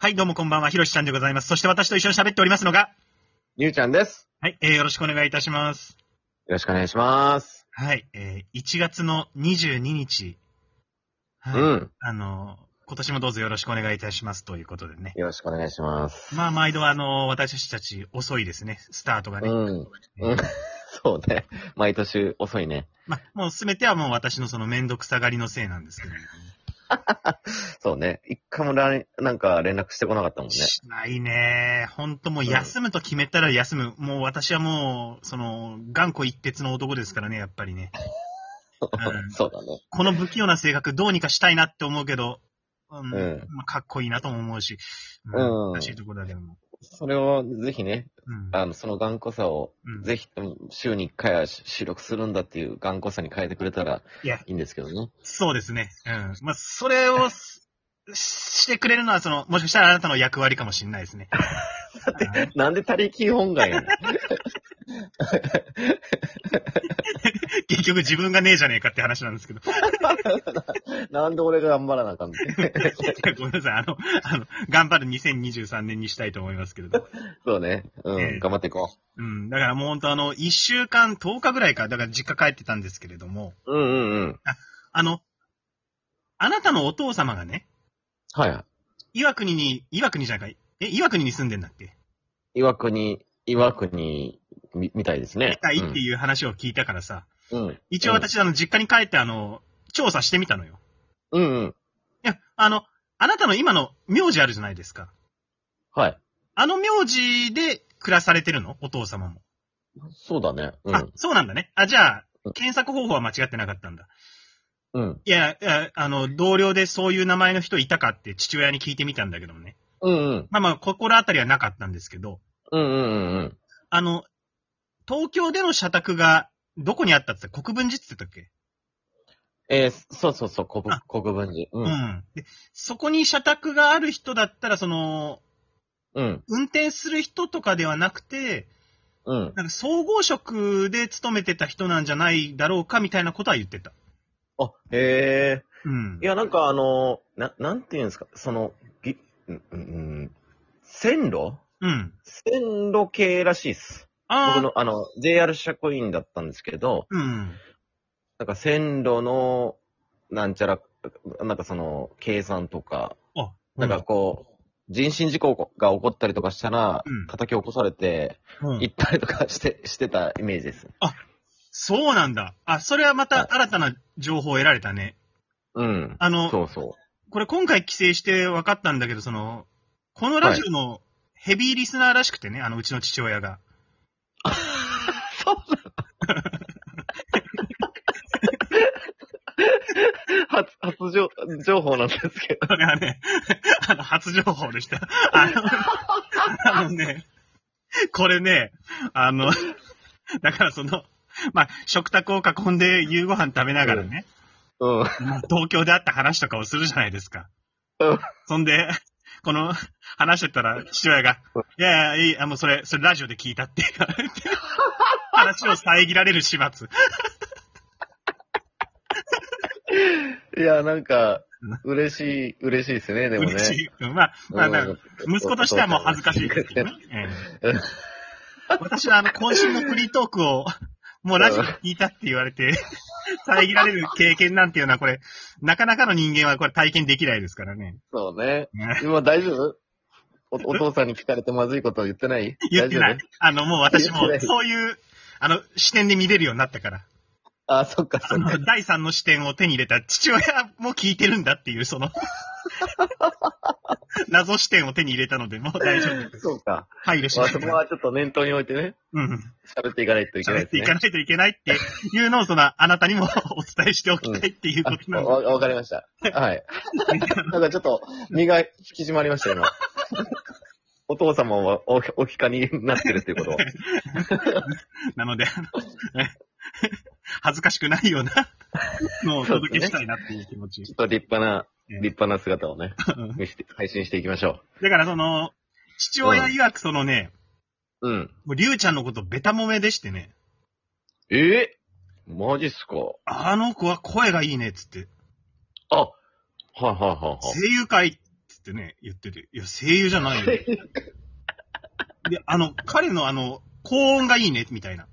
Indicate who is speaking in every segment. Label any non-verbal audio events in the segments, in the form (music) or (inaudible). Speaker 1: はい、どうもこんばんは、ひろしちゃんでございます。そして私と一緒に喋っておりますのが、
Speaker 2: ゆうちゃんです。
Speaker 1: はい、えーよろしくお願いいたします。
Speaker 2: よろしくお願いします。
Speaker 1: はい、えー1月の22日、はい、
Speaker 2: うん。
Speaker 1: あのー、今年もどうぞよろしくお願いいたしますということでね。
Speaker 2: よろしくお願いします。
Speaker 1: まあ、毎度あのー、私たち遅いですね、スタートがね。
Speaker 2: うん。
Speaker 1: えー
Speaker 2: うん。 (laughs) そうね。毎年遅いね。
Speaker 1: まあ、もうすべてはもう私のそのめんどくさがりのせいなんですけど、ね、
Speaker 2: そうね。一回もらんなんか連絡してこなかったもんね。
Speaker 1: しないね。ほんともう休むと決めたら休む。もう私はもう、その、頑固一徹の男ですからね、やっぱり
Speaker 2: (laughs)
Speaker 1: ね。うん
Speaker 2: そうだね。
Speaker 1: この不器用な性格どうにかしたいなって思うけど、うん
Speaker 2: うん
Speaker 1: まあ、かっこいいなとも思うし、
Speaker 2: うん
Speaker 1: 難しいところだけども。
Speaker 2: それをぜひね、
Speaker 1: うん
Speaker 2: あの、その頑固さを、
Speaker 1: うん
Speaker 2: ぜひ、うん週に一回は収録するんだっていう頑固さに変えてくれたら
Speaker 1: いや、
Speaker 2: いいんですけどね。
Speaker 1: そうですね。うん。まあ、それをす、してくれるのは、その、もしかしたらあなたの役割かもしれないですね。 (laughs) はい
Speaker 2: (laughs) なんで他力本願やねん。
Speaker 1: 結局自分がねえじゃねえかって話なん
Speaker 2: (laughs)
Speaker 1: ですけど。
Speaker 2: (laughs) なんで俺が頑張らなあかんの (laughs)
Speaker 1: ごめんなさい。あの、あの、頑張る2023年にしたいと思いますけれど。
Speaker 2: そうね。う
Speaker 1: ええ
Speaker 2: ん。頑張っていこ
Speaker 1: うん。だからもう本当あの、1週間10日ぐらいか、だから実家帰ってたんですけれども、
Speaker 2: う。うんうんうん。
Speaker 1: あの、あなたのお父様がね、
Speaker 2: はいはい。
Speaker 1: 岩国に、岩国じゃないか、え、岩国に住んでんだっけ
Speaker 2: 岩国、岩国みみたいですね。
Speaker 1: 痛いっていう話を聞いたからさ、
Speaker 2: うん。うん。
Speaker 1: 一応私、あの、実家に帰って、あの、調査してみたのよ。
Speaker 2: うんうん。
Speaker 1: いや、あの、あなたの今の名字あるじゃないですか。
Speaker 2: はい。
Speaker 1: あの名字で暮らされてるのお父様も。
Speaker 2: そうだね。う
Speaker 1: あ
Speaker 2: ん、。
Speaker 1: そうなんだね。あ、じゃあ
Speaker 2: うん、
Speaker 1: 検索方法は間違ってなかったんだ。
Speaker 2: うん。
Speaker 1: いや、いやあの、同僚でそういう名前の人いたかって父親に聞いてみたんだけどもね。
Speaker 2: うんうん。
Speaker 1: まあまあ、心当たりはなかったんですけど、
Speaker 2: うんうんうんうん。
Speaker 1: あの、東京での社宅がどこにあったって言った国分寺って言ってたっけ、
Speaker 2: えー、そうそうそう、国
Speaker 1: あ
Speaker 2: 国分寺。う。
Speaker 1: うんで。そこに社宅がある人だったら、その、
Speaker 2: うん。
Speaker 1: 運転する人とかではなくて、
Speaker 2: うん。
Speaker 1: なんか総合職で勤めてた人なんじゃないだろうかみたいなことは言ってた。
Speaker 2: あ、へえ。
Speaker 1: うん。
Speaker 2: いや、なんかあの、な、なんていうんですか、その、ぎ、うん、うんうん、線路
Speaker 1: うん。
Speaker 2: 線路系らしいっす。僕
Speaker 1: ああ。
Speaker 2: の、あの、JR 職員だったんですけど、
Speaker 1: うん。
Speaker 2: なんか線路の、なんちゃら、なんかその、計算とか、
Speaker 1: あ、
Speaker 2: なんかこう、人身事故が起こったりとかしたら、
Speaker 1: うん
Speaker 2: 叩き起こされて、
Speaker 1: うん、う
Speaker 2: 行
Speaker 1: ん。
Speaker 2: ったりとかして、 (laughs) してたイメージです。
Speaker 1: そうなんだ。あ、それはま
Speaker 2: はい
Speaker 1: た新たな情報を得られたね。
Speaker 2: うん。
Speaker 1: あの、
Speaker 2: そうそ
Speaker 1: これ今回帰省して分かったんだけど、その、このラジオのヘビーリスナーらしくてね、あの、うちの父親が。
Speaker 2: う。初、初情情報なんですけど。
Speaker 1: これはね、あの、初情報でした。あの、あのね、これね、あの、だからその、まあ、食卓を囲んで夕ご飯食べながらね、
Speaker 2: うん。
Speaker 1: まあ東京であった話とかをするじゃないですか
Speaker 2: うん。
Speaker 1: そんで、この、話してたら、父親が
Speaker 2: うん、
Speaker 1: いやいや、いい、あ、もうそれ、それラジオで聞いたって言われて、話を遮られる始末。
Speaker 2: いや、なんか、嬉しい、嬉しいですね、でもね。
Speaker 1: 嬉しい。うんまあ、まあ、だから息子としてはもう恥ずかしいですけどね。ええ私はあの、今週のフリートークを、もうラジオで聞いたって言われて、 (laughs) 遮られる経験なんていうのはこれ、なかなかの人間はこれ体験できないですからね。
Speaker 2: そうね。今大丈夫おお父さんに聞かれてまずいこと言ってない
Speaker 1: 言ってな
Speaker 2: 大
Speaker 1: い
Speaker 2: 丈夫。
Speaker 1: あの、もう私も
Speaker 2: 言ってない
Speaker 1: そういう、あの、視点で見れるようになったから。
Speaker 2: あ、そっか、そ
Speaker 1: あ
Speaker 2: っか。
Speaker 1: の、第三の視点を手に入れた父親も聞いてるんだっていう、
Speaker 2: (laughs)
Speaker 1: その、謎視点を手に入れたので、もう大丈夫。
Speaker 2: そうか。
Speaker 1: 配慮し
Speaker 2: ま
Speaker 1: な
Speaker 2: あ、
Speaker 1: い
Speaker 2: そ
Speaker 1: か
Speaker 2: こ
Speaker 1: ら。
Speaker 2: はちょっと念頭に置いてね、
Speaker 1: うん。
Speaker 2: 喋っていかないといけない
Speaker 1: 喋っ
Speaker 2: です
Speaker 1: てい
Speaker 2: ね
Speaker 1: か。ないといけないっていうのを、その、あなたにも (laughs) お伝えしておきたいっていうことな
Speaker 2: あ
Speaker 1: ん
Speaker 2: わわかりました。
Speaker 1: (laughs)
Speaker 2: はい。なんかちょっと、身が引き締まりましたよ、今。お父様はお、お聞かになってるっていうことは。
Speaker 1: なので、あのね (laughs) 恥ずかしくないようなのをお届けしたいなっていう気持ち。
Speaker 2: ちょっと立派な、
Speaker 1: ええ
Speaker 2: 立派な姿をね、
Speaker 1: うん
Speaker 2: 見せて、配信していきましょ
Speaker 1: だからその、父親曰くそのね、
Speaker 2: う。うん。
Speaker 1: もうりゅうちゃんのことベタ揉めでしてね、
Speaker 2: ええマジっすか
Speaker 1: あの子は声がいいねっつって、
Speaker 2: あはいはいはいはい。
Speaker 1: 声優界っつっってね、言ってて。いや、声優じゃないよ。で、あの、彼のあの、高音がいいね、みたいな。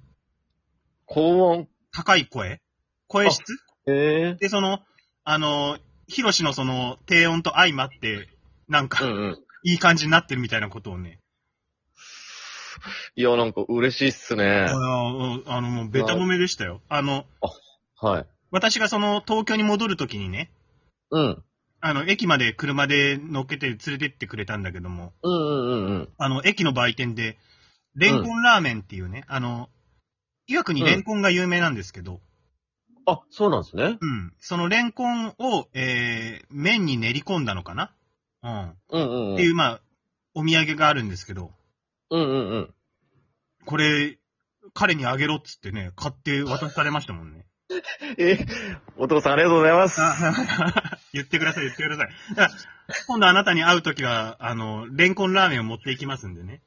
Speaker 2: 高音
Speaker 1: 高い声声質
Speaker 2: ええ
Speaker 1: で、その、あの、ヒロシのその、低音と相まって、なん
Speaker 2: う
Speaker 1: か、
Speaker 2: んうん。
Speaker 1: いい感じになってるみたいなことをね、
Speaker 2: いや、なんか嬉しいっすね
Speaker 1: あ。の、あのもう、ベタ褒めでしたよ。あの、
Speaker 2: はい。
Speaker 1: 私がその、東京に戻るときにね、
Speaker 2: うん。
Speaker 1: あの、駅まで車で乗っけて連れてってくれたんだけども、
Speaker 2: うんうんうんうん。
Speaker 1: あの、駅の売店で、レンコンラーメンっていうね、あの、岩国レンコンが有名なんですけど、
Speaker 2: あ、そうなんですね。
Speaker 1: うん、そのレンコンを、えー、麺に練り込んだのかなうん。
Speaker 2: うんうんうん。
Speaker 1: っていう、まあ、お土産があるんですけど、
Speaker 2: うんうんうん。
Speaker 1: これ、彼にあげろっつってね、買って渡されましたもんね。 (laughs)
Speaker 2: え、お父さんありがとうございます。
Speaker 1: あ言ってください、言ってください。だから今度あなたに会うときは、あの、レンコンラーメンを持っていきますんでね。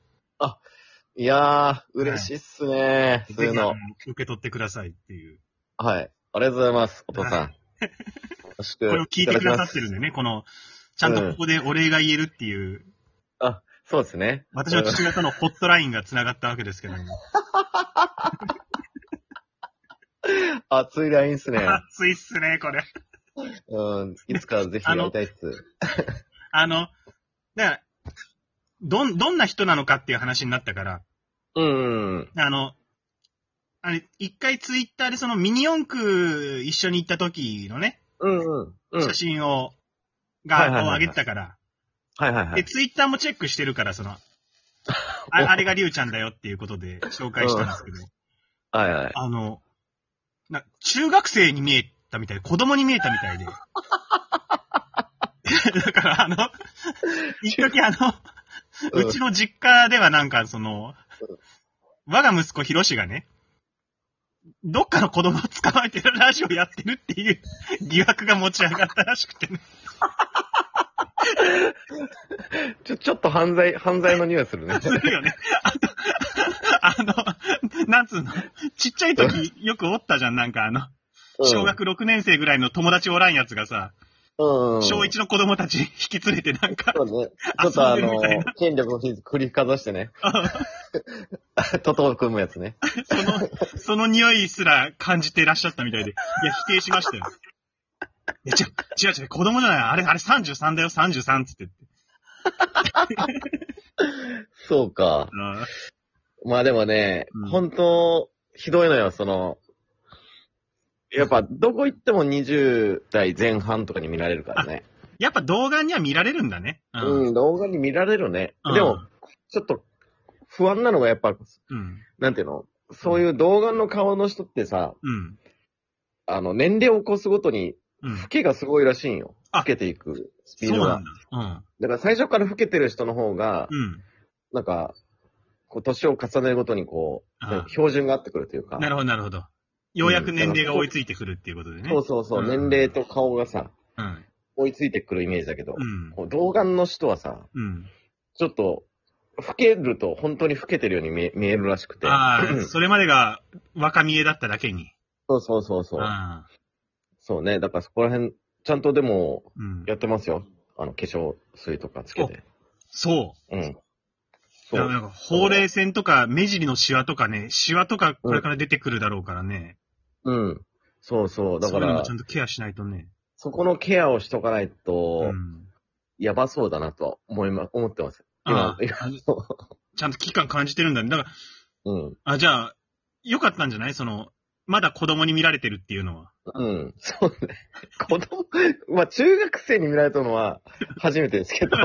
Speaker 2: いやー、嬉しいっすね。そう
Speaker 1: ぜ
Speaker 2: いう
Speaker 1: ひあの
Speaker 2: の。
Speaker 1: 受け取ってくださいっていう。
Speaker 2: はい。ありがとうございます、お父さん。
Speaker 1: は
Speaker 2: よろし
Speaker 1: こ
Speaker 2: く
Speaker 1: れを聞いてくださってるんでね、この、ちゃんとここでお礼が言えるっていう、
Speaker 2: そうですね。
Speaker 1: 私の父親とのホットラインが繋がったわけですけども。
Speaker 2: 熱いラインっすね。
Speaker 1: 熱いっすね、これ。
Speaker 2: うん。いつかぜひやりたいっす。
Speaker 1: あの、だから、どん、どんな人なのかっていう話になったから、
Speaker 2: うんうん。
Speaker 1: あの、あれ、一回ツイッターでそのミニ四駆一緒に行った時のね、
Speaker 2: うんうん。うん。
Speaker 1: 写真を、
Speaker 2: はいはいは
Speaker 1: が、
Speaker 2: い
Speaker 1: を
Speaker 2: はい
Speaker 1: 上げてたから、
Speaker 2: はいはいは
Speaker 1: で、
Speaker 2: い。
Speaker 1: ツイッターもチェックしてるから、
Speaker 2: (laughs)
Speaker 1: その、ああれがリュウちゃんだよっていうことで紹介したんですけど、
Speaker 2: はいはい。
Speaker 1: あの、な、中学生に見えたみたい、子供に見えたみ
Speaker 2: (laughs)
Speaker 1: たいで。 (laughs) だから、あの、一時あの、
Speaker 2: うん
Speaker 1: うちの実家ではなんか、その、我が息子ひろしがね、どっかの子供を捕まえてラジオやってるっていう (laughs) 疑惑が持ち上がったらしくてね。
Speaker 2: ちょ、ちょっと犯罪、犯罪の匂いするね。
Speaker 1: するよね。あと、あの、なんつうの、ちっちゃい時よくおったじゃん、なんかあの、小学6年生ぐらいの友達おらんやつがさ、
Speaker 2: うん。うん。
Speaker 1: 小1の子供たち引き連れてなんか、
Speaker 2: そうね。ちょっとあ
Speaker 1: 遊んでる
Speaker 2: の
Speaker 1: みたいな、
Speaker 2: 権力の秘密繰りかざしてね。 (laughs) トトを組むやつね。
Speaker 1: その、その匂いすら感じてらっしゃったみたいで、いや、否定しましたよ。いや、ち違う違う、子供じゃない、あれ、あれ33だよ、33っつってって。
Speaker 2: そうか。
Speaker 1: あ
Speaker 2: まあでもね、
Speaker 1: うん
Speaker 2: 本当ひどいのよ、その、やっぱ、どこ行っても20代前半とかに見られるからね。
Speaker 1: ーやっぱ動画には見られるんだね。う。
Speaker 2: うんん、動画に見られるね。
Speaker 1: うん
Speaker 2: でも、ちょっと、不安なのがやっぱ、
Speaker 1: うん。
Speaker 2: なんていうのそういう動画の顔の人ってさ、
Speaker 1: うん。
Speaker 2: あの、年齢を起こすごとに、
Speaker 1: うん
Speaker 2: 老。けがすごいらしいんよ。
Speaker 1: あ
Speaker 2: 老けていくスピー
Speaker 1: そう
Speaker 2: ド
Speaker 1: な
Speaker 2: が
Speaker 1: ん。だ。
Speaker 2: だから最初から老けてる人の方が
Speaker 1: う、ん。
Speaker 2: なんか、こう、年を重ねるごとにこう、
Speaker 1: ああ
Speaker 2: 標準が合ってくるという
Speaker 1: う
Speaker 2: か
Speaker 1: ん。。なるほど、なるほど。ようやく年齢が追いついてくるっていうことでね。
Speaker 2: そうそうそう、
Speaker 1: うん
Speaker 2: 年齢と顔がさ、
Speaker 1: うん。
Speaker 2: 追いついてくるイメージだけど、
Speaker 1: うん。
Speaker 2: こう動画の人はさ、
Speaker 1: うん。
Speaker 2: ちょっと、老けると本当に老けてるように見え見えるらしくて。
Speaker 1: あ
Speaker 2: (clears throat)
Speaker 1: あ、それまでが若見えだっただけに。
Speaker 2: そうそうそうそうう。
Speaker 1: ん。
Speaker 2: そうね、だからそこら辺、ちゃんとでも、
Speaker 1: うん
Speaker 2: やってますよ。あの、化粧水とかつけて。
Speaker 1: そ
Speaker 2: うん。
Speaker 1: う。
Speaker 2: そ
Speaker 1: だからな
Speaker 2: う。
Speaker 1: んか、ほうれい線とか、目尻のシワとかね、シワとかこれから出てくるだろうからね。
Speaker 2: うん。そうそう。だか
Speaker 1: そういうの
Speaker 2: ら
Speaker 1: もちゃ、んとケアしないとね。
Speaker 2: そこのケアをしとかないと
Speaker 1: う、ん。
Speaker 2: やばそうだなとは思いま、思ってます。
Speaker 1: ああ、
Speaker 2: 今、
Speaker 1: ちゃんと危機感感じてるんだね。だから、
Speaker 2: (laughs) うん。
Speaker 1: あ、じゃあ、よかったんじゃないその、まだ子供に見られてるっていうのは。 (laughs)
Speaker 2: うん。そうね。子供、まあ、中学生に見られたのは初めてですけど。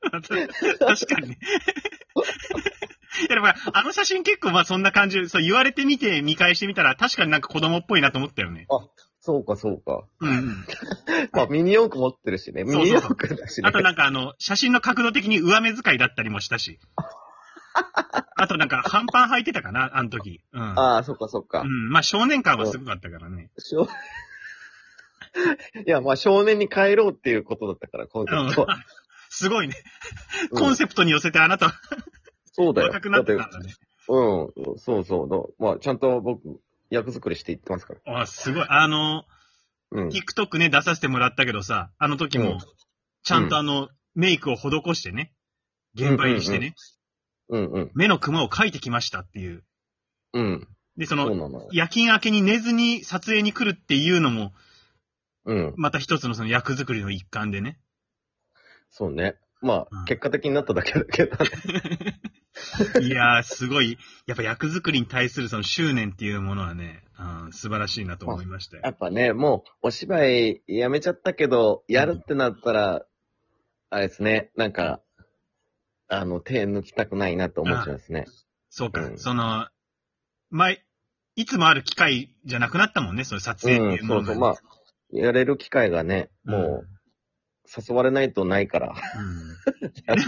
Speaker 1: 確かにね。 (laughs) いやでもあの写真結構まあそんな感じ、そう言われてみて見返してみたら確かになんか子供っぽいなと思ったよね。
Speaker 2: そうか、そうか。
Speaker 1: うんうん。
Speaker 2: (laughs) まあ、ミニ四駆持ってるしね。ミ
Speaker 1: そうそうそう
Speaker 2: ニ四駆だしね
Speaker 1: あ。となんかあの、写真の角度的に上目遣いだったりもした
Speaker 2: (laughs)
Speaker 1: し。あとなんか半パン履いてたかな、あの時。うん。う
Speaker 2: ああ、そうか、そうか。
Speaker 1: ん。まあ少年感はすごかったからね。
Speaker 2: 少 (laughs) いや、まあ、少年に帰ろうっていうことだったから、コンセ
Speaker 1: うん
Speaker 2: プトは。。
Speaker 1: すごいね。
Speaker 2: うん
Speaker 1: コンセプトに寄せてあなたは
Speaker 2: (laughs) そうだよ。
Speaker 1: 若くなってた
Speaker 2: だ
Speaker 1: んだね。
Speaker 2: うん、そうそうだ。まあ、ちゃんと僕、役作りしていってますから。
Speaker 1: あ、すごい。あの、
Speaker 2: うん。
Speaker 1: TikTok ね、出させてもらったけどさ、あの時
Speaker 2: うん
Speaker 1: も、ちゃんとあの、メイクを施してね、現場入りしてね、
Speaker 2: うんうん。
Speaker 1: 目のクマを描いてきましたっていう。
Speaker 2: うん。
Speaker 1: で、そ
Speaker 2: そう
Speaker 1: の、
Speaker 2: なのよ。
Speaker 1: 夜勤明けに寝ずに撮影に来るっていうのも、
Speaker 2: うん。
Speaker 1: また一つのその役作りの一環でね。
Speaker 2: そうね。ま
Speaker 1: うん
Speaker 2: あ、結果的になっただけだけど。
Speaker 1: いやー、すごい、やっぱ役作りに対するその執念っていうものはね、うん、素晴らしいなと思いましたよ
Speaker 2: や。っぱね、もう、お芝居やめちゃったけど、やるってなったら、あれですね、なんか、あの、手抜きたくないなと思っちゃいますね。
Speaker 1: そうか、
Speaker 2: うん
Speaker 1: その、前、いつもある機会じゃなくなったもんね、その撮影っていう
Speaker 2: うん、
Speaker 1: もの
Speaker 2: そ
Speaker 1: が
Speaker 2: うそう。
Speaker 1: ね
Speaker 2: まあ、やれる機会がね、もう、誘われないとないから。
Speaker 1: うん。
Speaker 2: (laughs)
Speaker 1: (laughs) で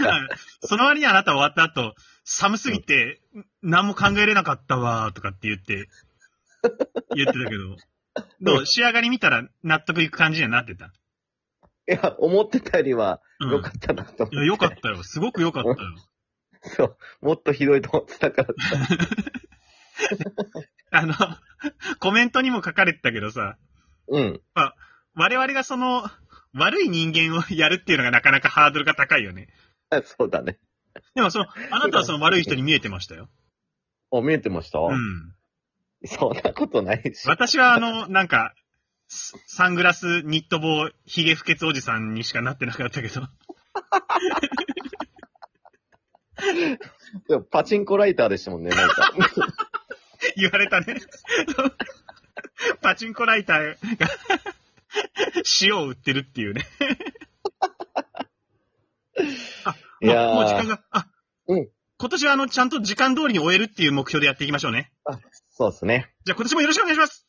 Speaker 1: その割にあなた終わった後、寒すぎて、何も考えれなかったわーとかって言って、言ってたけど、どう仕上がり見たら納得いく感じにはなってた。
Speaker 2: いや、思ってたよりは、
Speaker 1: うん。
Speaker 2: 良かったなと思っ
Speaker 1: い
Speaker 2: て。
Speaker 1: や、よかったよ。すごくよかったよ。
Speaker 2: そう。もっとひどいと思ってたから。
Speaker 1: あの、コメントにも書かれてたけどさ、
Speaker 2: うん。 (laughs)
Speaker 1: 我々がその、悪い人間をやるっていうのがなかなかハードルが高いよね。
Speaker 2: あそうだね。
Speaker 1: でもその、あなたはその悪い人に見えてましたよ。
Speaker 2: あ、見えてました、
Speaker 1: うん。
Speaker 2: そんなことないし。
Speaker 1: 私はあの、なんか、スサングラス、ニット帽、ヒゲ不潔おじさんにしかなってなかったけど。 (laughs)
Speaker 2: でもパチンコライターでしたもんね、な
Speaker 1: (laughs)
Speaker 2: んか。
Speaker 1: 言われたね。 (laughs) パチンコライターが塩を売ってるっていう
Speaker 2: (laughs)
Speaker 1: ね。あ、
Speaker 2: いや
Speaker 1: もうも
Speaker 2: ー
Speaker 1: う時間が、あ、
Speaker 2: うん
Speaker 1: 今年はあの、ちゃんと時間通りに終えるっていう目標でやっていきましょうね。
Speaker 2: そうですね。
Speaker 1: じゃあ今年もよろしくお願いします